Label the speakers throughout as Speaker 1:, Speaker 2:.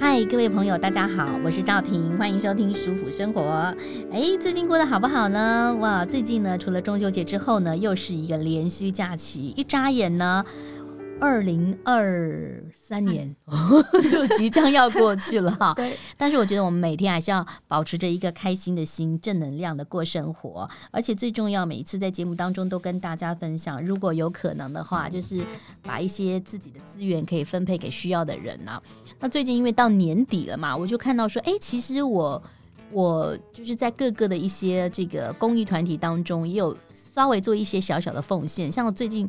Speaker 1: 嗨，各位朋友，大家好，我是赵婷，欢迎收听《舒服生活》。哎，最近过得好不好呢？哇，最近呢，除了中秋节之后呢，又是一个连续假期，一眨眼呢，二零二三年 就即将要过去了哈。
Speaker 2: 对，
Speaker 1: 但是我觉得我们每天还是要保持着一个开心的心、正能量的过生活，而且最重要，每一次在节目当中都跟大家分享，如果有可能的话，就是把一些自己的资源可以分配给需要的人啊。那最近因为到年底了嘛，我就看到说，哎，其实我我就是在各个的一些这个公益团体当中，也有稍微做一些小小的奉献，像最近。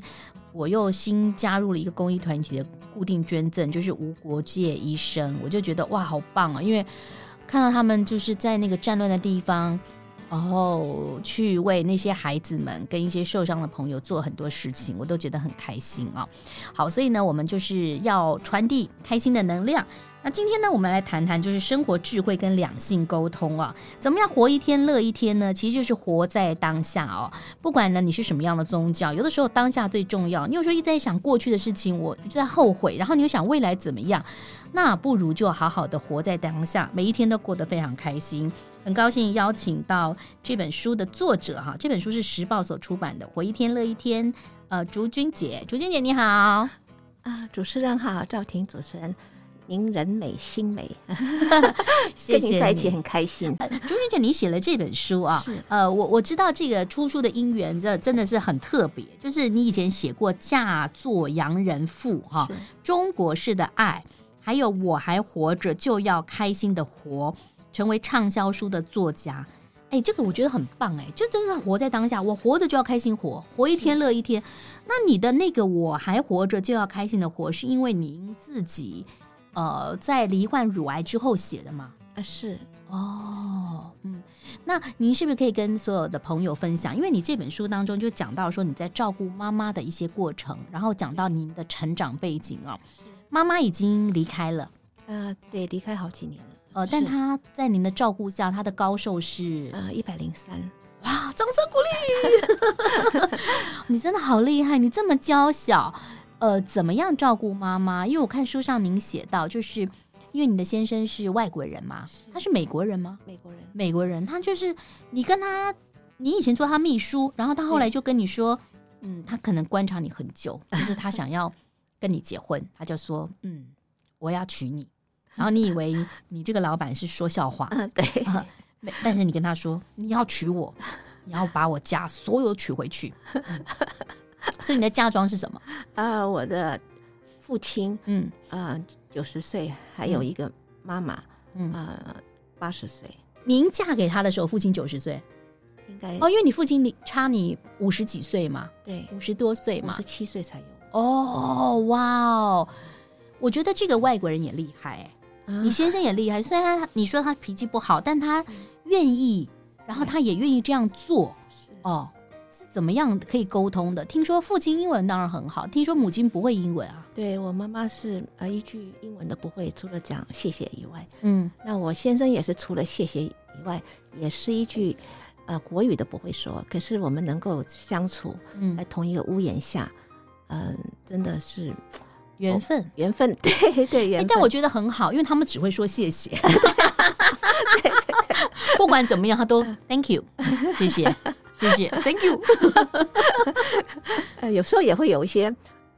Speaker 1: 我又新加入了一个公益团体的固定捐赠，就是无国界医生，我就觉得哇，好棒啊！因为看到他们就是在那个战乱的地方，然后去为那些孩子们跟一些受伤的朋友做很多事情，我都觉得很开心啊。好，所以呢，我们就是要传递开心的能量。那今天呢，我们来谈谈就是生活智慧跟两性沟通啊，怎么样活一天乐一天呢？其实就是活在当下哦。不管呢你是什么样的宗教，有的时候当下最重要。你有时候一直在想过去的事情，我就在后悔，然后你又想未来怎么样，那不如就好好的活在当下，每一天都过得非常开心。很高兴邀请到这本书的作者哈，这本书是时报所出版的《活一天乐一天》。呃，竹君姐，竹君姐你好，
Speaker 2: 啊，主持人好，赵婷主持人，您人美心 美，
Speaker 1: 谢
Speaker 2: 跟
Speaker 1: 谢
Speaker 2: 您
Speaker 1: 你嗯
Speaker 2: 在一起很开心。
Speaker 1: 朱娟姐，你写了这本书啊
Speaker 2: 是，
Speaker 1: 呃，我我知道这个出书的因缘，这真的是很特别，就是你以前写过《嫁作洋人妇》哈，
Speaker 2: 是
Speaker 1: 中国式的爱，还有我还活着就要开心的活，成为畅销书的作家。哎，这个我觉得很棒哎，这真的活在当下，我活着就要开心活，活一天乐一天。那你的那个我还活着就要开心的活，是因为您自己呃在罹患乳癌之后写的吗？
Speaker 2: 啊，是
Speaker 1: 哦，嗯，那您是不是可以跟所有的朋友分享？因为你这本书当中就讲到说你在照顾妈妈的一些过程，然后讲到您的成长背景哦。妈妈已经离开了，
Speaker 2: 啊，对，离开好几年了。
Speaker 1: 呃，但
Speaker 2: 是
Speaker 1: 她在您的照顾下，她的高寿是
Speaker 2: 啊，一百零三，
Speaker 1: 哇，掌声鼓励！ 你真的好厉害，你这么娇小，呃，怎么样照顾妈妈？因为我看书上您写到，就是因为你的先生是外国人嘛，他是美国人吗？
Speaker 2: 美国人。
Speaker 1: 美国人，他就是你跟他，你以前做他秘书，然后他后来就跟你说，嗯，他可能观察你很久，就是他想要跟你结婚，他就说，嗯，我要娶你。然后你以为你这个老板是说笑话，
Speaker 2: 啊，对，
Speaker 1: 嗯没但是你跟他说你要娶我，你要把我家所有娶回去。嗯所以你的嫁妆是什么？
Speaker 2: 啊，我的父亲
Speaker 1: 嗯
Speaker 2: 啊，九十岁，还有一个妈妈
Speaker 1: 嗯，
Speaker 2: 啊，八十岁，
Speaker 1: 您嫁给他的时候，父亲九十岁
Speaker 2: 应该
Speaker 1: 哦，因为你父亲离差你五十几岁嘛，
Speaker 2: 对，
Speaker 1: 五十多岁
Speaker 2: 五
Speaker 1: 嘛
Speaker 2: 十，七岁才有。
Speaker 1: 哦，哇哦！我觉得这个外国人也厉害、哎
Speaker 2: 啊
Speaker 1: 你先生也厉害。虽然他你说他脾气不好，但他愿意，然后他也愿意这样做。哦，是怎么样可以沟通的？听说父亲英文当然很好，听说母亲不会英文啊。
Speaker 2: 对我妈妈是啊，一句英文都不会，除了讲谢谢以外，
Speaker 1: 嗯，
Speaker 2: 那我先生也是除了谢谢以外，也是一句，呃，国语都不会说。可是我们能够相处
Speaker 1: 嗯
Speaker 2: 在同一个屋檐下，嗯、真的是
Speaker 1: 缘分。
Speaker 2: 缘分， 对对
Speaker 1: 哎、
Speaker 2: 缘分。
Speaker 1: 但我觉得很好，因为他们只会说谢谢。 不管怎么样，他都 thank you，谢谢，谢谢，thank you。
Speaker 2: 呃有时候也会有一些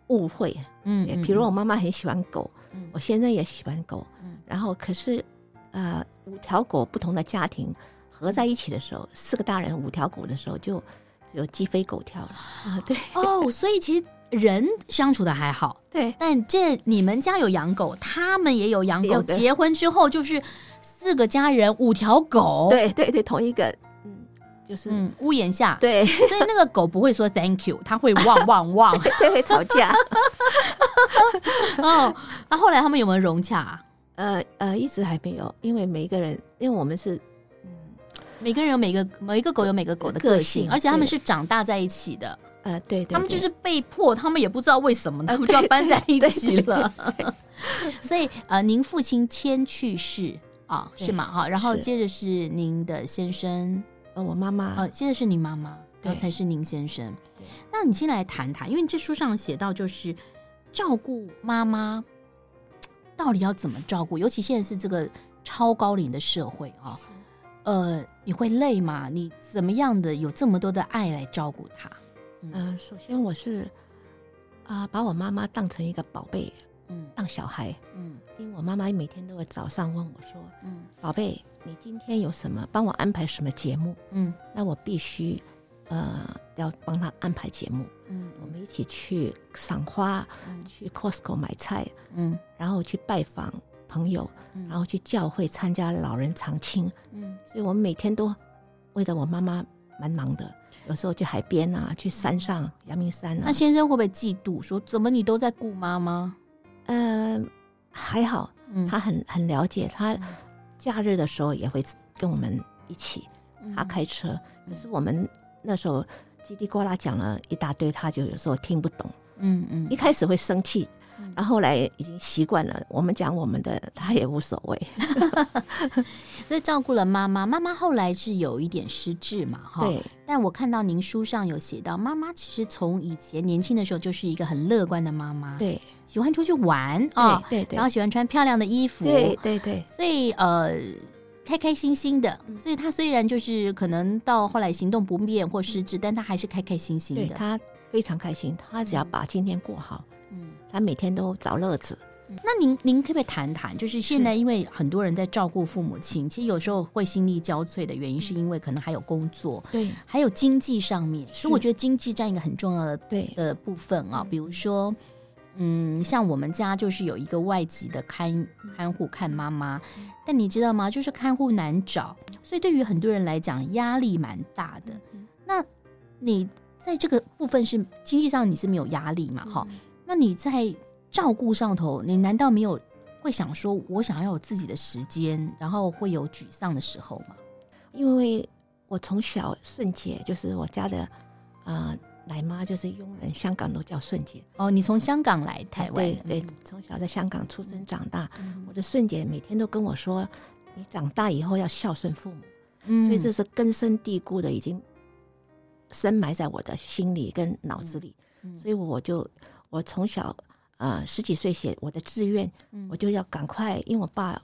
Speaker 2: 误会，
Speaker 1: 嗯
Speaker 2: 对比如我妈妈很喜欢狗，
Speaker 1: 嗯
Speaker 2: 我先生也喜欢狗，
Speaker 1: 嗯
Speaker 2: 然后可是，呃，五条狗不同的家庭合在一起的时候，四个大人五条狗的时候就。就鸡飞狗跳了啊！对
Speaker 1: 哦，所以其实人相处的还好，
Speaker 2: 对，
Speaker 1: 但这你们家有养狗，他们也有养狗。
Speaker 2: 有的
Speaker 1: 结婚之后就是四个家人五条狗，，
Speaker 2: 对对对，同一个，嗯，就是、
Speaker 1: 嗯，屋檐下，
Speaker 2: 对
Speaker 1: 所以那个狗不会说 thank you，它会汪汪汪。
Speaker 2: 对会吵架，
Speaker 1: 哦，那后来他们有没有融洽啊？
Speaker 2: 呃呃，一直还没有，因为每一个人，因为我们是
Speaker 1: 每个人有每个每一个狗有每个狗的
Speaker 2: 个
Speaker 1: 个性，
Speaker 2: 性
Speaker 1: 而且他们
Speaker 2: 对
Speaker 1: 是长大在一起的。
Speaker 2: 呃，对啊对，
Speaker 1: 他们就
Speaker 2: 对
Speaker 1: 是被迫，他们也不知道为什么，他们就要搬在一起了。 所以呃，您父亲迁去世啊，
Speaker 2: 对
Speaker 1: 是吗？哈，然后
Speaker 2: 是
Speaker 1: 接着是您的先生，
Speaker 2: 呃，我妈妈
Speaker 1: 呃，接着是您妈妈，然后
Speaker 2: 对
Speaker 1: 才是您先生
Speaker 2: 对。
Speaker 1: 那你先来谈谈，因为这书上写到就是照顾妈妈到底要怎么照顾，尤其现在是这个超高龄的社会啊。呃，你会累吗？你怎么样的有这么多的爱来照顾她？呃
Speaker 2: 嗯、首先我是啊、把我妈妈当成一个宝贝，
Speaker 1: 嗯
Speaker 2: 当小孩，
Speaker 1: 嗯
Speaker 2: 因为我妈妈每天都会早上问我说
Speaker 1: 嗯：“
Speaker 2: 宝贝，你今天有什么？帮我安排什么节目
Speaker 1: 嗯？”
Speaker 2: 那我必须呃要帮她安排节目，
Speaker 1: 嗯
Speaker 2: 我们一起去赏花，
Speaker 1: 嗯
Speaker 2: 去 Costco 买菜，
Speaker 1: 嗯
Speaker 2: 然后去拜访朋友，
Speaker 1: 嗯
Speaker 2: 然后去教会参加老人常青，
Speaker 1: 嗯
Speaker 2: 所以我们每天都为了我妈妈蛮忙的。有时候去海边啊，去山上，阳明山啊。
Speaker 1: 那先生会不会嫉妒？说怎么你都在顾妈妈？
Speaker 2: 嗯，还好，
Speaker 1: 嗯，
Speaker 2: 他很很了解，他
Speaker 1: 嗯
Speaker 2: 假日的时候也会跟我们一起，
Speaker 1: 嗯
Speaker 2: 他开车，
Speaker 1: 嗯
Speaker 2: 可是我们那时候叽里呱啦讲了一大堆，他就有时候听不懂，
Speaker 1: 嗯嗯
Speaker 2: 一开始会生气
Speaker 1: 嗯。
Speaker 2: 然后后来已经习惯了，我们讲我们的，他也无所谓。
Speaker 1: 所以照顾了妈妈，妈妈后来是有一点失智嘛，哈。
Speaker 2: 对，
Speaker 1: 但我看到您书上有写到，妈妈其实从以前年轻的时候就是一个很乐观的妈妈，，
Speaker 2: 对，
Speaker 1: 喜欢出去玩啊、
Speaker 2: 对，对
Speaker 1: 然后，喜欢穿漂亮的衣服，
Speaker 2: 对，对，对，
Speaker 1: 所以呃，开开心心的。
Speaker 2: 嗯
Speaker 1: 所以他虽然就是可能到后来行动不便或失智，但他还是开开心心
Speaker 2: 嗯对
Speaker 1: 的。
Speaker 2: 他非常开心。他只要把今天过好，
Speaker 1: 嗯，
Speaker 2: 他每天都找乐子。
Speaker 1: 那您您可不可以谈谈，就是现在因为很多人在照顾父母亲，其实有时候会心力交瘁的
Speaker 2: 嗯
Speaker 1: 原因，是因为可能还有工作，
Speaker 2: 对，
Speaker 1: 还有经济上面。所以我觉得经济占一个很重要的
Speaker 2: 对，
Speaker 1: 的部分啊，比如说。嗯，像我们家就是有一个外籍的
Speaker 2: 嗯
Speaker 1: 看看护看妈妈，但你知道吗？就是看护难找，所以对于很多人来讲压力蛮大的。
Speaker 2: 嗯
Speaker 1: 那你在这个部分是经济上你是没有压力嘛？
Speaker 2: 嗯
Speaker 1: 哈、那你在照顾上头，你难道没有会想说，我想要有自己的时间，然后会有沮丧的时候吗？
Speaker 2: 因为我从小顺姐就是我家的啊、呃奶妈，就是佣人，香港都叫顺姐。
Speaker 1: 哦，你从香港来台湾
Speaker 2: 对
Speaker 1: 的，
Speaker 2: 嗯对，从小在香港出生长大，
Speaker 1: 嗯
Speaker 2: 我的顺姐每天都跟我说，你长大以后要孝顺父母，
Speaker 1: 嗯
Speaker 2: 所以这是根深蒂固的，已经深埋在我的心里跟脑子里。
Speaker 1: 嗯嗯
Speaker 2: 所以我就我从小呃十几岁写我的志愿，
Speaker 1: 嗯
Speaker 2: 我就要赶快，因为我爸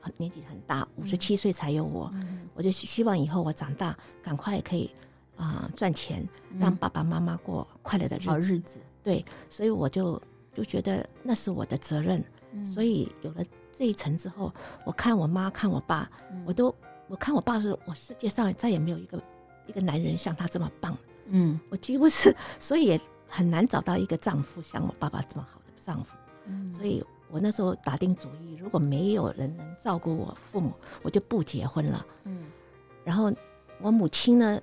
Speaker 2: 很年纪很大，五十七岁才有我，
Speaker 1: 嗯
Speaker 2: 我就希希望以后我长大赶快可以啊、呃赚钱，让
Speaker 1: 嗯
Speaker 2: 爸爸妈妈过快乐的日子。
Speaker 1: 好日子，
Speaker 2: 对，所以我就就觉得那是我的责任，
Speaker 1: 嗯
Speaker 2: 所以有了这一层之后，我看我妈看我爸，我都我看我爸是我世界上再也没有一个一个男人像他这么棒，
Speaker 1: 嗯
Speaker 2: 我几乎是，所以也很难找到一个丈夫像我爸爸这么好的丈夫，
Speaker 1: 嗯
Speaker 2: 所以。我那时候打定主意，如果没有人能照顾我父母，我就不结婚了。
Speaker 1: 嗯
Speaker 2: 然后我母亲呢，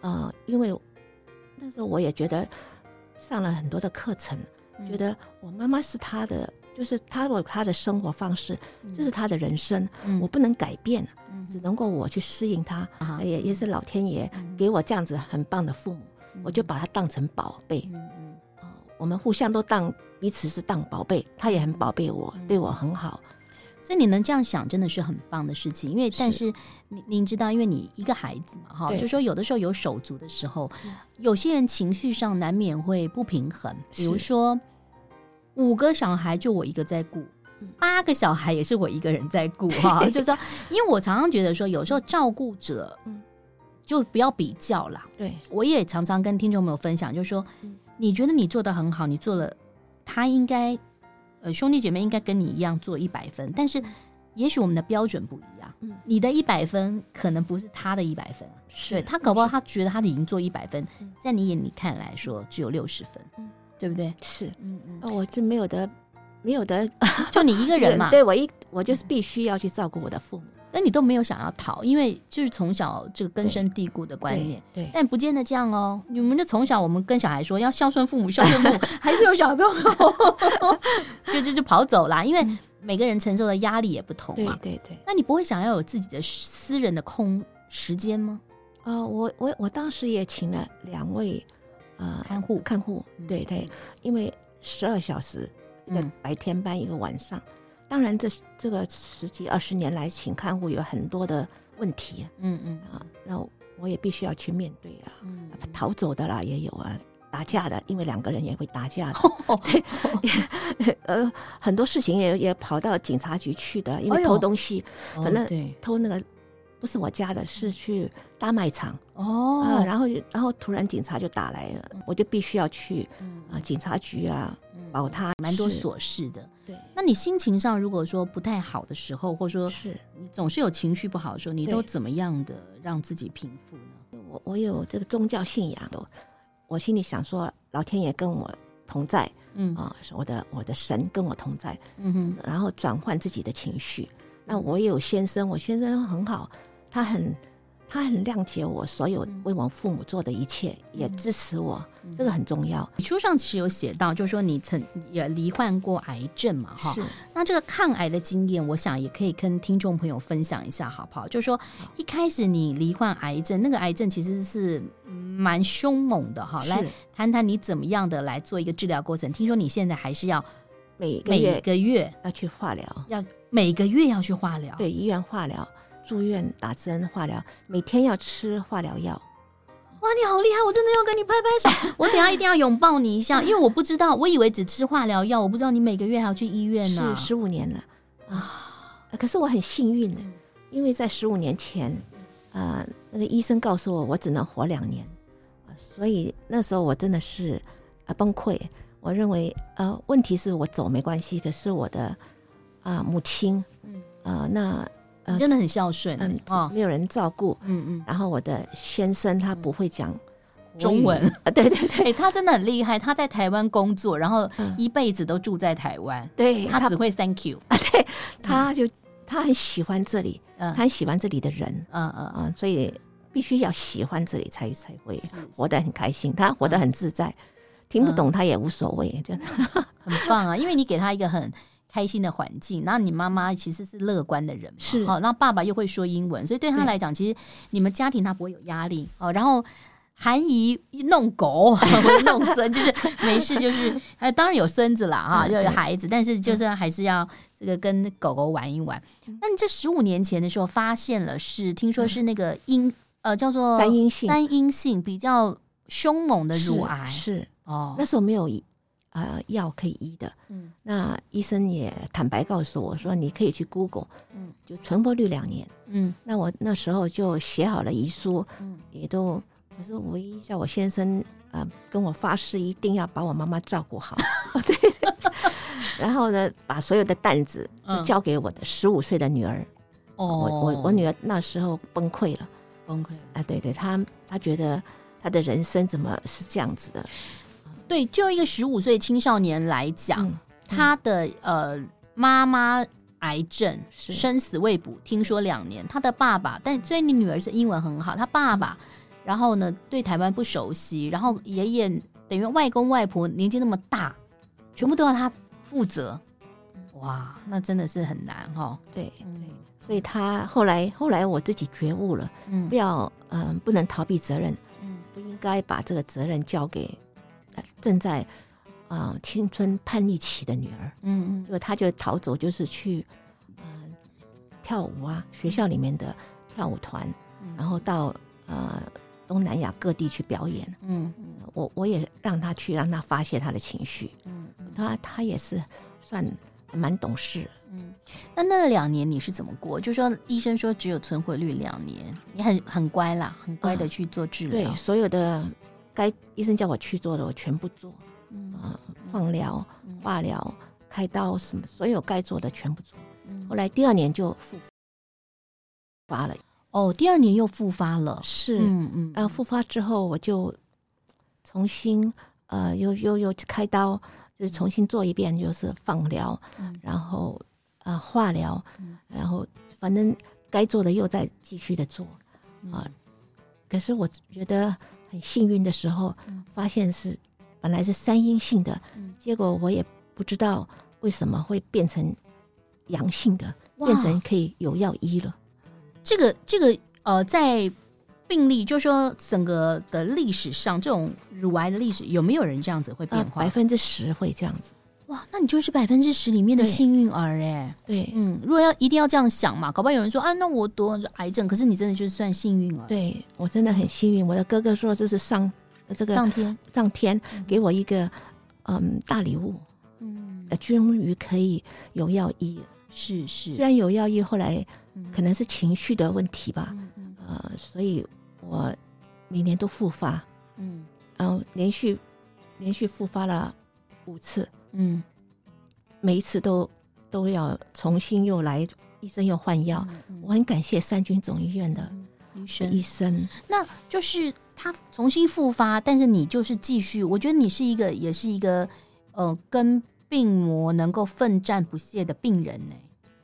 Speaker 2: 呃，因为那时候我也觉得上了很多的课程，
Speaker 1: 嗯
Speaker 2: 觉得我妈妈是她的，就是她有她的生活方式，这是她的人生，
Speaker 1: 嗯
Speaker 2: 我不能改变，
Speaker 1: 嗯
Speaker 2: 只能够我去适应她。
Speaker 1: 啊
Speaker 2: 也也是老天爷
Speaker 1: 嗯
Speaker 2: 给我这样子很棒的父母，我就把她当成宝贝。
Speaker 1: 嗯嗯
Speaker 2: 哦我们互相都当彼此是当宝贝，她也很宝贝我，
Speaker 1: 嗯
Speaker 2: 对我很好。
Speaker 1: 所以你能这样想，真的是很棒的事情。因为，但是您您知道，因为你一个孩子嘛，哈，
Speaker 2: 对
Speaker 1: 就说有的时候有手足的时候，有些人情绪上难免会不平衡。比如
Speaker 2: 是
Speaker 1: 说，五个小孩就我一个在顾
Speaker 2: 嗯，
Speaker 1: 八个小孩也是我一个人在顾 哈。就是说，因为我常常觉得说，有时候照顾者
Speaker 2: 嗯，
Speaker 1: 就不要比较啦。
Speaker 2: 对，
Speaker 1: 我也常常跟听众朋友分享，就是说
Speaker 2: 嗯，
Speaker 1: 你觉得你做的很好，你做了，他应该，呃，兄弟姐妹应该跟你一样做一百分，但是也许我们的标准不一样，
Speaker 2: 嗯
Speaker 1: 你的一百分可能不是他的一百分啊，
Speaker 2: 是
Speaker 1: 对他搞不好他觉得他已经做一百分，在你眼里看来说只有六十分，
Speaker 2: 嗯
Speaker 1: 对不对？
Speaker 2: 是，
Speaker 1: 嗯嗯，
Speaker 2: 哦，我是没有的，没有的
Speaker 1: 就你一个人嘛，
Speaker 2: 对我一我就是必须要去照顾我的父母。
Speaker 1: 那你都没有想要逃，因为就是从小这个根深蒂固的观念。
Speaker 2: 对对
Speaker 1: 但不见得这样哦。你们就从小我们跟小孩说要孝顺父母，孝顺父母，还是有小朋友 就就就跑走啦，因为每个人承受的压力也不同
Speaker 2: 嗯对
Speaker 1: 嘛。
Speaker 2: 对对，
Speaker 1: 那你不会想要有自己的私人的空时间吗？
Speaker 2: 哦啊、我我我当时也请了两位呃
Speaker 1: 看护，
Speaker 2: 看护
Speaker 1: 嗯，
Speaker 2: 对对，因为十二小时，一个
Speaker 1: 嗯
Speaker 2: 白天班，一个晚上。当然这，这个十几二十年来，请看护有很多的问题
Speaker 1: 嗯嗯
Speaker 2: 啊，那我也必须要去面对啊。
Speaker 1: 嗯，嗯
Speaker 2: 逃走的啦也有啊，打架的，因为两个人也会打架的。
Speaker 1: 哦
Speaker 2: 对，呃，很多事情也也跑到警察局去的，因
Speaker 1: 哎
Speaker 2: 为
Speaker 1: 呦
Speaker 2: 偷东西，
Speaker 1: 哦
Speaker 2: 反正
Speaker 1: 对
Speaker 2: 偷那个不是我家的，是去大卖场啊，
Speaker 1: 哦，
Speaker 2: 然后就然后突然警察就打来了，我就必须要去
Speaker 1: 嗯
Speaker 2: 啊警察局啊
Speaker 1: 嗯
Speaker 2: 保他，
Speaker 1: 蛮多
Speaker 2: 是
Speaker 1: 琐事的。
Speaker 2: 对
Speaker 1: 那你心情上如果说不太好的时候，或者说
Speaker 2: 是。
Speaker 1: 你总是有情绪不好的时候，你
Speaker 2: 对哦
Speaker 1: 都怎么样的让自己平复呢？
Speaker 2: 我我有这个宗教信仰的，我心里想说，老天爷跟我同在
Speaker 1: 嗯
Speaker 2: 啊，是我的我的神跟我同在，
Speaker 1: 嗯哼
Speaker 2: 然后转换自己的情绪。那我也有先生，我先生很好，他很他很谅解我所有为我父母做的一切，也支持我，这个很重要。
Speaker 1: 你书上其实有写到，就是说你曾也罹患过癌症嘛，哈。
Speaker 2: 是
Speaker 1: 那这个抗癌的经验，我想也可以跟听众朋友分享一下，好不好？就是说一开始你罹患癌症，那个癌症其实是蛮凶猛的哈。
Speaker 2: 是
Speaker 1: 来谈谈你怎么样的来做一个治疗过程？听说你现在还是要
Speaker 2: 每个
Speaker 1: 每
Speaker 2: 月
Speaker 1: 个月
Speaker 2: 要去化疗，
Speaker 1: 要每个月要去化疗，
Speaker 2: 对医院化疗、住院打针化疗，每天要吃化疗药。
Speaker 1: 哇，你好厉害！我真的要跟你拍拍 手，我等一下一定要拥抱你一下，因为我不知道，我以为只吃化疗药，我不知道你每个月还要去医院呢、
Speaker 2: 是十五年了啊、呃可是我很幸运呢，
Speaker 1: 嗯
Speaker 2: 因为在十五年前，呃，那个医生告诉我我只能活两年，呃所以那时候我真的是呃崩溃。我认为呃，问题是我走没关系，可是我的啊、母亲，
Speaker 1: 嗯
Speaker 2: 呃，那
Speaker 1: 你真的很孝顺、
Speaker 2: 嗯、
Speaker 1: 哦，
Speaker 2: 没有人照顾，
Speaker 1: 嗯嗯，
Speaker 2: 然后我的先生他不会讲国语
Speaker 1: 中文，
Speaker 2: 啊、对对 对
Speaker 1: 哎、他真的很厉害，他在台湾工作，然后一辈子都住在台湾，
Speaker 2: 对，
Speaker 1: 他
Speaker 2: 哎他
Speaker 1: 只会 Thank you，
Speaker 2: 他就他很喜欢这里，
Speaker 1: 嗯
Speaker 2: 他很喜欢这里的人，
Speaker 1: 嗯嗯
Speaker 2: 啊、所以必须要喜欢这里才才会
Speaker 1: 是嗯
Speaker 2: 活得很开心。他活得很自在，听不懂他也无所谓，真的。
Speaker 1: 很棒啊，因 为你给他一个很。开心的环境，然后你妈妈其实是乐观的人嘛，
Speaker 2: 是
Speaker 1: 哦，那爸爸又会说英文，所以对他
Speaker 2: 对
Speaker 1: 来讲，其实你们家庭他不会有压力哦。然后韩姨弄狗 或者弄孙，就是没事，就是 呃，当然有孙子啦啊，
Speaker 2: 嗯
Speaker 1: 就是
Speaker 2: 对
Speaker 1: 孩子，但是就是还是要这个跟狗狗玩一玩。
Speaker 2: 嗯
Speaker 1: 那你这十五年前的时候发现了是，听说是那个阴呃叫做
Speaker 2: 嗯三阴性
Speaker 1: 三阴性比较凶猛的
Speaker 2: 是
Speaker 1: 乳癌
Speaker 2: 是，嗯
Speaker 1: 哦
Speaker 2: 那，时候没有医呃药可以医的。
Speaker 1: 嗯
Speaker 2: 那医生也坦白告诉我说，你可以去 Google，
Speaker 1: 嗯
Speaker 2: 就存活率两年。
Speaker 1: 嗯
Speaker 2: 那我那时候就写好了遗书，
Speaker 1: 嗯
Speaker 2: 也都可是唯一叫我先生呃跟我发誓，一定要把我妈妈照顾 好。哦对。然后呢，把所有的担子都
Speaker 1: 嗯
Speaker 2: 交给我的十五岁的女儿，
Speaker 1: 哦，
Speaker 2: 我我我女儿那时候崩溃了
Speaker 1: 崩溃了。
Speaker 2: 啊！对对，她她觉得她的人生怎么是这样子的？
Speaker 1: 对，就一个十五岁青少年来讲，
Speaker 2: 嗯，
Speaker 1: 他的呃妈妈癌症
Speaker 2: 是
Speaker 1: 生死未卜，听说两年。他的爸爸，但虽然你女儿是英文很好，他爸爸，
Speaker 2: 嗯
Speaker 1: 然后呢对台湾不熟悉，然后爷爷等于外公外婆年纪那么大，全部都要他负责。哇，那真的是很难哈、哦。
Speaker 2: 对对
Speaker 1: 嗯，
Speaker 2: 嗯所以她后来后来我自己觉悟了，
Speaker 1: 嗯
Speaker 2: 不要嗯、不能逃避责任，
Speaker 1: 嗯
Speaker 2: 不应该把这个责任交给、呃、正在啊、呃青春叛逆期的女儿。
Speaker 1: 嗯
Speaker 2: 结果她就逃走，就是去嗯、呃跳舞啊，学校里面的跳舞团，
Speaker 1: 嗯
Speaker 2: 然后到呃东南亚各地去表演。
Speaker 1: 嗯嗯
Speaker 2: 我我也让他去，让他发泄他的情绪。
Speaker 1: 嗯嗯
Speaker 2: 他他也是算蛮懂事，
Speaker 1: 嗯。那那两年你是怎么过？就说医生说只有存活率两年，你很很乖啦，很乖的去做治疗。
Speaker 2: 啊对所有的该医生叫我去做的，我全部做
Speaker 1: 嗯
Speaker 2: 啊、放疗、化疗、开刀什么，所有该做的全部做。
Speaker 1: 嗯
Speaker 2: 后来第二年就复发了，
Speaker 1: 哦，第二年又复发了。
Speaker 2: 是，
Speaker 1: 嗯嗯，
Speaker 2: 然后复发之后我就重新呃又又又开刀，就是重新做一遍，就是放疗，
Speaker 1: 嗯
Speaker 2: 然后呃化疗
Speaker 1: 嗯，
Speaker 2: 然后反正该做的又在继续的做。
Speaker 1: 嗯
Speaker 2: 啊可是我觉得很幸运的时候
Speaker 1: 嗯，
Speaker 2: 发现是本来是三阴性的
Speaker 1: 嗯，
Speaker 2: 结果我也不知道为什么会变成阳性的，
Speaker 1: 哇
Speaker 2: 变成可以有药医了。
Speaker 1: 这个这个呃，在病例，就说整个的历史上，这种乳癌的历史有没有人这样子会变
Speaker 2: 呃，
Speaker 1: 化？
Speaker 2: 百分之十会这样子。
Speaker 1: 哇，那你就是百分之十里面的
Speaker 2: 对
Speaker 1: 幸运儿哎。
Speaker 2: 对、
Speaker 1: 嗯，如果要一定要这样想嘛，搞不好有人说啊，那我得癌症，可是你真的就是算幸运儿，
Speaker 2: 对，我真的很幸运，我的哥哥说这是上呃这个
Speaker 1: 上天，
Speaker 2: 上天给我一个嗯大礼物，
Speaker 1: 嗯，
Speaker 2: 呃，终于可以有药医。
Speaker 1: 是是，
Speaker 2: 虽然有药医，后来
Speaker 1: 嗯
Speaker 2: 可能是情绪的问题吧，
Speaker 1: 嗯嗯
Speaker 2: 呃，所以我每年都复发，
Speaker 1: 嗯
Speaker 2: 然后连续连续复发了五次，
Speaker 1: 嗯，
Speaker 2: 每一次都都要重新又来，医生又换药。
Speaker 1: 嗯
Speaker 2: 我很感谢三军总医院的
Speaker 1: 嗯医
Speaker 2: 医
Speaker 1: 生，
Speaker 2: 生，
Speaker 1: 那就是他重新复发，但是你就是继续，我觉得你是一个，也是一个，呃，跟病魔能够奋战不懈的病人呢、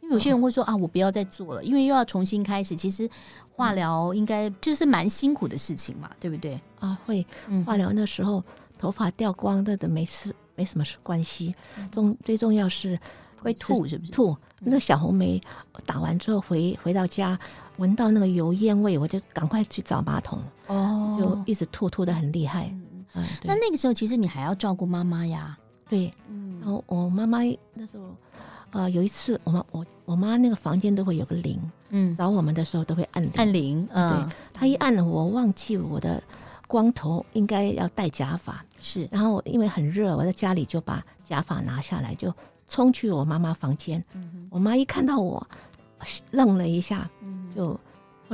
Speaker 1: 因为有些
Speaker 2: 哦
Speaker 1: 人会说啊，我不要再做了，因为又要重新开始。其实化疗应该就是蛮辛苦的事情嘛，对不对？
Speaker 2: 啊，会
Speaker 1: 嗯，
Speaker 2: 化疗那时候头发掉光的的没事，没什么事关系
Speaker 1: 嗯。
Speaker 2: 重最重要是
Speaker 1: 会吐是不嗯是？
Speaker 2: 吐，那小红梅打完之后回回到家，闻到那个油烟味，我就赶快去找马桶，
Speaker 1: 哦，
Speaker 2: 就一直吐吐的很厉害。
Speaker 1: 嗯嗯
Speaker 2: 嗯，
Speaker 1: 那
Speaker 2: 对
Speaker 1: 那个时候其实你还要照顾妈妈呀，
Speaker 2: 对。
Speaker 1: 嗯
Speaker 2: 然后我妈妈那时候，呃，有一次我妈我我妈那个房间都会有个铃，
Speaker 1: 嗯，
Speaker 2: 找我们的时候都会按铃。
Speaker 1: 按铃，嗯，
Speaker 2: 她一按了，我忘记我的光头应该要戴假发，
Speaker 1: 是，
Speaker 2: 然后因为很热，我在家里就把假发拿下来，就冲去我妈妈房间。
Speaker 1: 嗯哼
Speaker 2: 我妈一看到我，愣了一下，
Speaker 1: 嗯
Speaker 2: 就后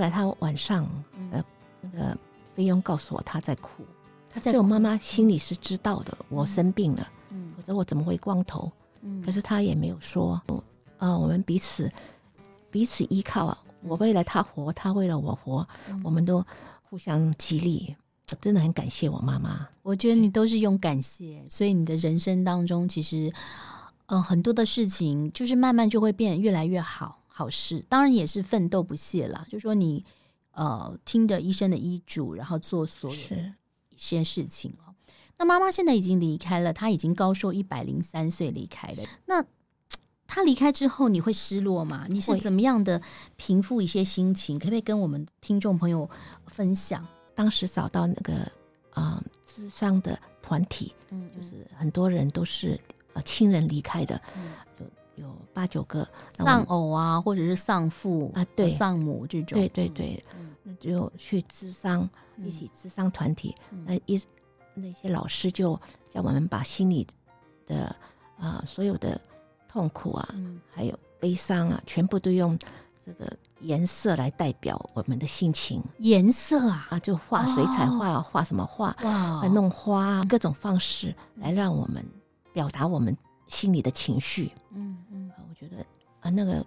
Speaker 2: 来她晚上
Speaker 1: 嗯
Speaker 2: 呃那个菲佣告诉我她在哭，
Speaker 1: 他在
Speaker 2: 所以我妈妈心里是知道的，我生病了，
Speaker 1: 嗯
Speaker 2: 否则我怎么会光头？
Speaker 1: 嗯，
Speaker 2: 可是她也没有说，呃，我们彼此彼此依靠啊，我为了她活，她为了我活，
Speaker 1: 嗯
Speaker 2: 我们都互相激励，我真的很感谢我妈妈。
Speaker 1: 我觉得你都是用感谢，所以你的人生当中其实，嗯、很多的事情就是慢慢就会变得越来越好，好事。当然也是奋斗不懈啦，就说你呃听着医生的医嘱，然后做所有的
Speaker 2: 是。
Speaker 1: 一些事情哦。那妈妈现在已经离开了，她已经高寿一百零三岁离开了。那她离开之后，你会失落吗？你是
Speaker 2: 会
Speaker 1: 怎么样的平复一些心情？可不可以跟我们听众朋友分享？
Speaker 2: 当时找到那个啊、呃、智商的团体，
Speaker 1: 嗯，
Speaker 2: 就是很多人都是呃亲人离开的，
Speaker 1: 嗯
Speaker 2: 有有八九个那我
Speaker 1: 丧
Speaker 2: 们
Speaker 1: 偶啊，或者是丧父
Speaker 2: 啊对
Speaker 1: 丧母这种，
Speaker 2: 对对对，那就去智商，
Speaker 1: 嗯，
Speaker 2: 一起智商团体，
Speaker 1: 嗯
Speaker 2: 那一那些老师就叫我们把心里的啊、呃所有的痛苦啊，
Speaker 1: 嗯，
Speaker 2: 还有悲伤啊，全部都用这个颜色来代表我们的心情
Speaker 1: 颜色啊，
Speaker 2: 啊，就画水彩
Speaker 1: 哦
Speaker 2: 画、画什么画，
Speaker 1: 哇
Speaker 2: 啊，，弄花啊，各种方式来让我们表达我们心里的情绪。
Speaker 1: 嗯嗯
Speaker 2: 啊，我觉得啊，那个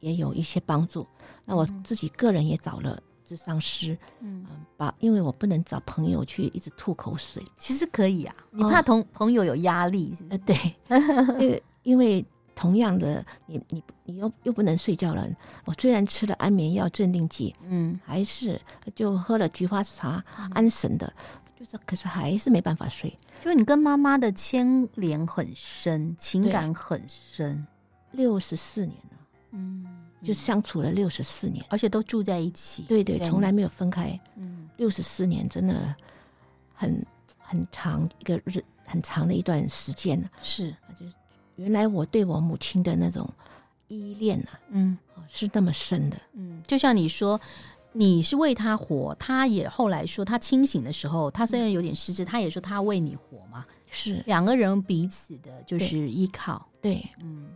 Speaker 2: 也有一些帮助。那我
Speaker 1: 嗯
Speaker 2: 自己个人也找了智商师，
Speaker 1: 嗯，
Speaker 2: 嗯，把因为我不能找朋友去一直吐口水，
Speaker 1: 其实可以啊，你怕同朋友有压力，是不
Speaker 2: 呃
Speaker 1: 是，
Speaker 2: 对，
Speaker 1: 嗯
Speaker 2: 因为因为同样的，你你你又又不能睡觉了。我虽然吃了安眠药、镇定剂，
Speaker 1: 嗯，
Speaker 2: 还是就喝了菊花茶
Speaker 1: 嗯
Speaker 2: 安神的，就是可是还是没办法睡。
Speaker 1: 就是你跟妈妈的牵连很深，情感很深，
Speaker 2: 六十四年了，
Speaker 1: 嗯，
Speaker 2: 就
Speaker 1: 嗯
Speaker 2: 相处了六十四年。
Speaker 1: 而且都住在一起，
Speaker 2: 对对，从来
Speaker 1: 没，
Speaker 2: 没有分开。
Speaker 1: 嗯
Speaker 2: 六十四年真的很很长一个日很长的一段时间呢、
Speaker 1: 是，
Speaker 2: 原来我对我母亲的那种依恋啊，
Speaker 1: 嗯
Speaker 2: 哦是那么深的。
Speaker 1: 嗯，就像你说。你是为他活，他也后来说，他清醒的时候，他虽然有点失智，他也说他为你活嘛。
Speaker 2: 是
Speaker 1: 两个人彼此的就是依靠，
Speaker 2: 对，
Speaker 1: 嗯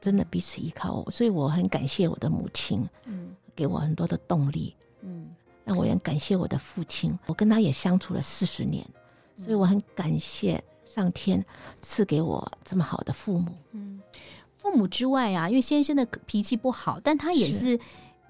Speaker 2: 真的彼此依靠，所以我很感谢我的母亲，
Speaker 1: 嗯
Speaker 2: 给我很多的动力。
Speaker 1: 嗯，
Speaker 2: 那我也很感谢我的父亲，我跟他也相处了四十年，所以我很感谢上天赐给我这么好的父母。
Speaker 1: 嗯父母之外啊，因为先生的脾气不好，但他也是
Speaker 2: 是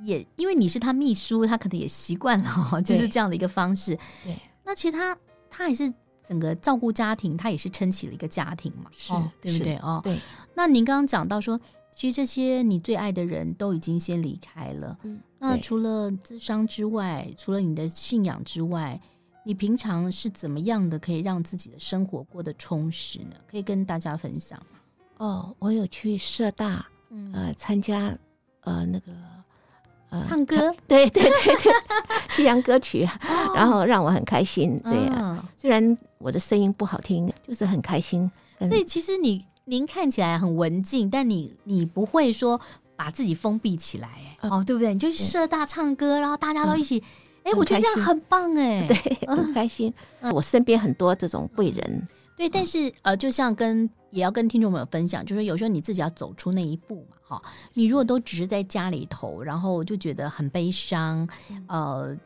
Speaker 1: 也因为你是他秘书，他可能也习 惯了、哦，就是这样的一个方式。
Speaker 2: 对，
Speaker 1: 那其实他他也是整个照顾家庭，他也是撑起了一个家庭嘛，
Speaker 2: 是
Speaker 1: 哦对不
Speaker 2: 是
Speaker 1: 对？哦，
Speaker 2: 对，
Speaker 1: 那您刚刚讲到说，其实这些你最爱的人都已经先离开了。
Speaker 2: 嗯
Speaker 1: 那
Speaker 2: 对
Speaker 1: 除了智商之外，除了你的信仰之外，你平常是怎么样的可以让自己的生活过得充实呢？可以跟大家分享吗？
Speaker 2: 哦，我有去社大
Speaker 1: 嗯
Speaker 2: 呃呃参加呃那个 呃
Speaker 1: 唱歌，
Speaker 2: 对对对对， 西洋歌曲，啊然后让我很开心。对啊呀、
Speaker 1: 哦嗯，
Speaker 2: 虽然我的声音不好听，就是很开心。跟
Speaker 1: 嗯所以其实你您看起来很文静，但你你不会说把自己封闭起来、哎、
Speaker 2: 呃
Speaker 1: 哦，对不对？你就社大唱歌，然后大家都一起，哎、
Speaker 2: 嗯很
Speaker 1: 我觉得这样
Speaker 2: 开心
Speaker 1: 很棒、哎，
Speaker 2: 对，很开心。
Speaker 1: 嗯
Speaker 2: 我身边很多这种贵人，
Speaker 1: 对，
Speaker 2: 嗯
Speaker 1: 但是呃，就像跟也要跟听众朋友分享，就是有时候你自己要走出那一步嘛，哈。你如果都只是在家里头，然后就觉得很悲伤，
Speaker 2: 嗯
Speaker 1: 呃，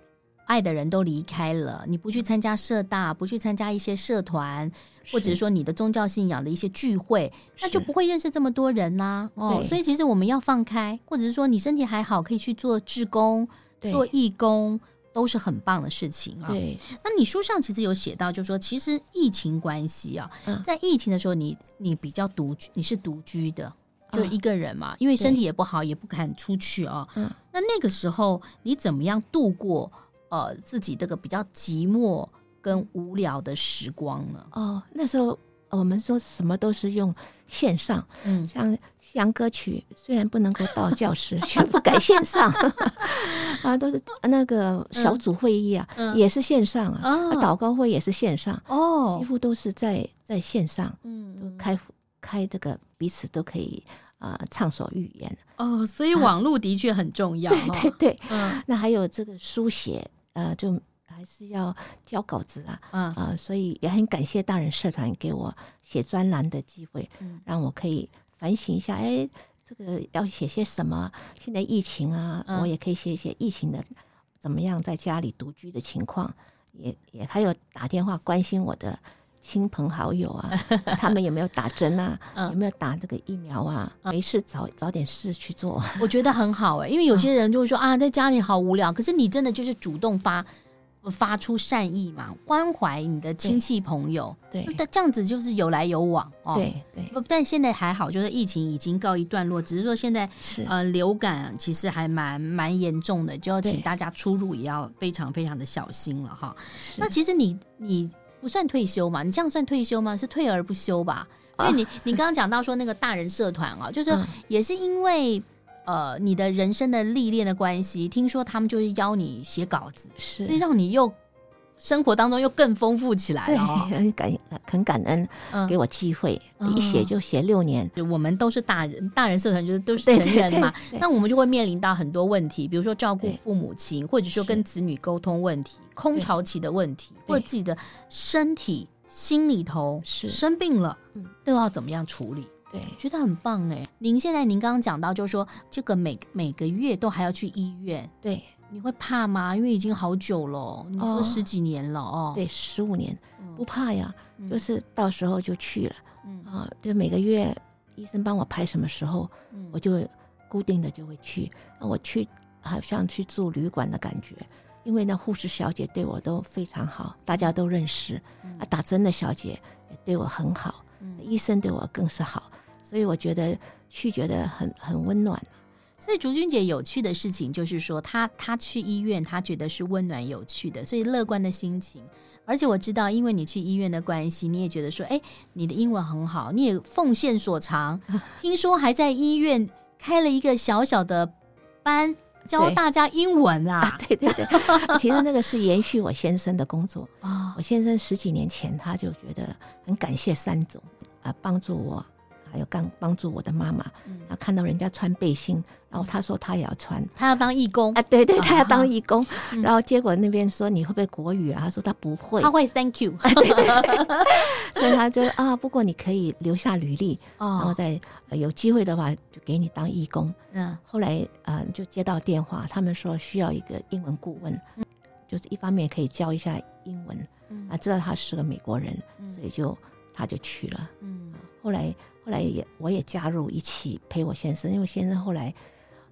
Speaker 1: 爱的人都离开了，你不去参加社大，不去参加一些社团，或者
Speaker 2: 是
Speaker 1: 说你的宗教信仰的一些聚会，那就是不会认识这么多人啦、哦，
Speaker 2: 对
Speaker 1: 所以其实我们要放开，或者是说你身体还好，可以去做志工、
Speaker 2: 对
Speaker 1: 做义工，都是很棒的事情啊。
Speaker 2: 对
Speaker 1: 那你书上其实有写到，就是说，其实疫情关系啊，
Speaker 2: 嗯
Speaker 1: 在疫情的时候你，你比较独居，你是独居的，就
Speaker 2: 嗯
Speaker 1: 一个人嘛，因为身体也不好，也不敢出去啊。
Speaker 2: 嗯
Speaker 1: 那那个时候你怎么样度过呃自己这个比较寂寞
Speaker 2: 嗯
Speaker 1: 跟无聊的时光呢？
Speaker 2: 哦，那时候呃我们说什么都是用线上，
Speaker 1: 嗯，
Speaker 2: 像西洋歌曲虽然不能够到教室，全部改线上 啊，都是那个小组会议啊，
Speaker 1: 嗯
Speaker 2: 也是线上啊，
Speaker 1: 啊
Speaker 2: 啊祷告会也是线上，几
Speaker 1: 哦，
Speaker 2: 乎都是在在线上都
Speaker 1: 嗯，
Speaker 2: 开开这个彼此都可以啊、呃畅所欲言，
Speaker 1: 哦，所以网络的确很重要、
Speaker 2: 啊对 对
Speaker 1: 哦，
Speaker 2: 对，
Speaker 1: 嗯
Speaker 2: 那还有这个书写呃就。还是要交稿子啊，
Speaker 1: 嗯
Speaker 2: 啊、所以也很感谢大人社团给我写专栏的机会，
Speaker 1: 嗯
Speaker 2: 让我可以反省一下，哎，这个要写些什么？现在疫情啊，
Speaker 1: 嗯
Speaker 2: 我也可以写一些疫情的怎么样在家里独居的情况，也也还有打电话关心我的亲朋好友啊， 他们有没有打针啊？
Speaker 1: 嗯
Speaker 2: 有没有打这个疫苗啊？没事找找点事去做，
Speaker 1: 我觉得很好哎、因为有
Speaker 2: 嗯
Speaker 1: 些人就会说啊，在家里好无聊，可是你真的就是主动发发出善意嘛，关怀你的亲戚朋友，
Speaker 2: 对
Speaker 1: 那这样子就是有来有往哦。
Speaker 2: 对对
Speaker 1: 不，但现在还好，就是疫情已经告一段落，只是说现在
Speaker 2: 是，
Speaker 1: 呃流感其实还蛮蛮严重的，就要请
Speaker 2: 对
Speaker 1: 大家出入也要非常非常的小心了哈。
Speaker 2: 是
Speaker 1: 那其实你你不算退休嘛？你这样算退休吗？是退而不休吧？因为你、你刚刚讲到说那个大人社团啊，就是说
Speaker 2: 啊嗯
Speaker 1: 也是因为、呃你的人生的历练的关系，听说他们就是邀你写稿子，
Speaker 2: 是
Speaker 1: 所以让你又生活当中又更丰富起来
Speaker 2: 对，
Speaker 1: 了、哦。
Speaker 2: 很感很感恩
Speaker 1: 嗯
Speaker 2: 给我机会，一写就写六年，
Speaker 1: 就我们都是大人，大人社团就是都是
Speaker 2: 对
Speaker 1: 成人嘛
Speaker 2: 对对，对
Speaker 1: 那我们就会面临到很多问题，比如说照顾
Speaker 2: 对
Speaker 1: 父母亲，或者说
Speaker 2: 是
Speaker 1: 跟子女沟通问题、空巢期的问题，
Speaker 2: 对
Speaker 1: 或者自己的身体、心里头
Speaker 2: 是
Speaker 1: 生病了
Speaker 2: 嗯，
Speaker 1: 都要怎么样处理？
Speaker 2: 对
Speaker 1: 觉得很棒哎！您现在您刚刚讲到，就是说这个每每个月都还要去医院，
Speaker 2: 对
Speaker 1: 你会怕吗？因为已经好久了，你说
Speaker 2: 哦
Speaker 1: 十几年了哦。
Speaker 2: 对，十五年
Speaker 1: 嗯，
Speaker 2: 不怕呀，
Speaker 1: 嗯
Speaker 2: 就是到时候就去了。
Speaker 1: 嗯
Speaker 2: 啊，就每个月医生帮我排什么时候，
Speaker 1: 嗯
Speaker 2: 我就固定的就会去。那我去好像去住旅馆的感觉，因为那护士小姐对我都非常好，大家都认识。啊，打针的小姐也对我很好，
Speaker 1: 嗯
Speaker 2: 医生对我更是好，所以我觉得去觉得很很温暖。啊
Speaker 1: 所以竹君姐有趣的事情就是说，她她去医院，她觉得是温暖有趣的，所以乐观的心情。而且我知道，因为你去医院的关系，你也觉得说，哎，你的英文很好，你也奉献所 长。听说还在医院开了一个小小的班，教
Speaker 2: 对
Speaker 1: 大家英文 啊！
Speaker 2: 对对对，其实那个是延续我先生的工作。
Speaker 1: 啊
Speaker 2: 我先生十几年前他就觉得很感谢三总啊，帮助我，还有刚帮助我的妈妈。
Speaker 1: 嗯
Speaker 2: 他看到人家穿背心，然后他说他也要穿
Speaker 1: 他要当义工
Speaker 2: 啊，，对对，
Speaker 1: 啊
Speaker 2: 他要当
Speaker 1: 哈
Speaker 2: 义工。
Speaker 1: 嗯
Speaker 2: 然后结果那边说你会不会国语啊？他说他不会
Speaker 1: 他，会 Thank you
Speaker 2: 所以他就啊，不过你可以留下履历，然后
Speaker 1: 哦，
Speaker 2: 再、呃有机会的话就给你当义工。
Speaker 1: 嗯
Speaker 2: 后来呃就接到电话，他们说需要一个英文顾问，就是一方面可以教一下英文
Speaker 1: 嗯
Speaker 2: 啊，知道他是个美国人，
Speaker 1: 嗯
Speaker 2: 所以就他就去了。
Speaker 1: 嗯
Speaker 2: 后来后来也我也加入一起陪我先生，因为先生后来，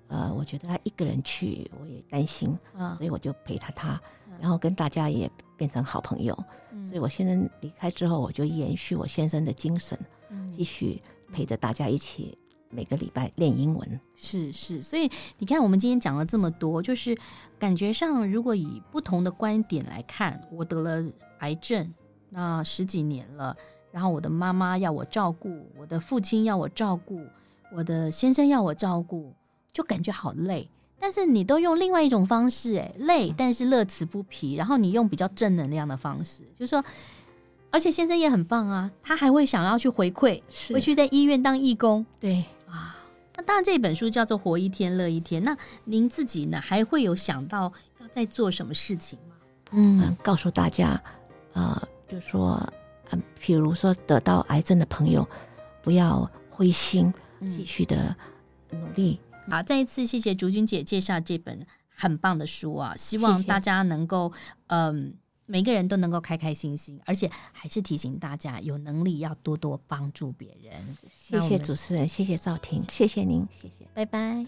Speaker 2: 呃，我觉得他一个人去我也担心，
Speaker 1: 嗯
Speaker 2: 所以我就陪他他
Speaker 1: 嗯，
Speaker 2: 然后跟大家也变成好朋友。
Speaker 1: 嗯
Speaker 2: 所以我先生离开之后，我就延续我先生的精神，
Speaker 1: 嗯
Speaker 2: 继续陪着大家一起每个礼拜练英文。
Speaker 1: 是是，所以你看，我们今天讲了这么多，就是感觉上，如果以不同的观点来看，我得了癌症，那十几年了，然后我的妈妈要我照顾，我的父亲要我照顾，我的先生要我照顾，就感觉好累。但是你都用另外一种方式、哎，累，但是乐此不疲。然后你用比较正能量的方式，就是说，而且先生也很棒啊，他还会想要去回馈，
Speaker 2: 是
Speaker 1: 回去在医院当义工
Speaker 2: 对，
Speaker 1: 啊。那当然，这本书叫做《活一天乐一天》。那您自己呢，还会有想到要再做什么事情吗？嗯
Speaker 2: 嗯，告诉大家，呃，就说，嗯、比如说得到癌症的朋友，不要灰心，继
Speaker 1: 嗯，
Speaker 2: 续的努力。
Speaker 1: 好，再一次谢谢竹君姐介绍这本很棒的书啊，希
Speaker 2: 谢
Speaker 1: 望
Speaker 2: 谢
Speaker 1: 大家能够，嗯，每个人都能够开开心心，而且还是提醒大家，有能力要多多帮助别人。那
Speaker 2: 谢
Speaker 1: 我
Speaker 2: 谢
Speaker 1: 们
Speaker 2: 主持人，谢谢赵婷，谢谢您，谢谢。
Speaker 1: 拜拜。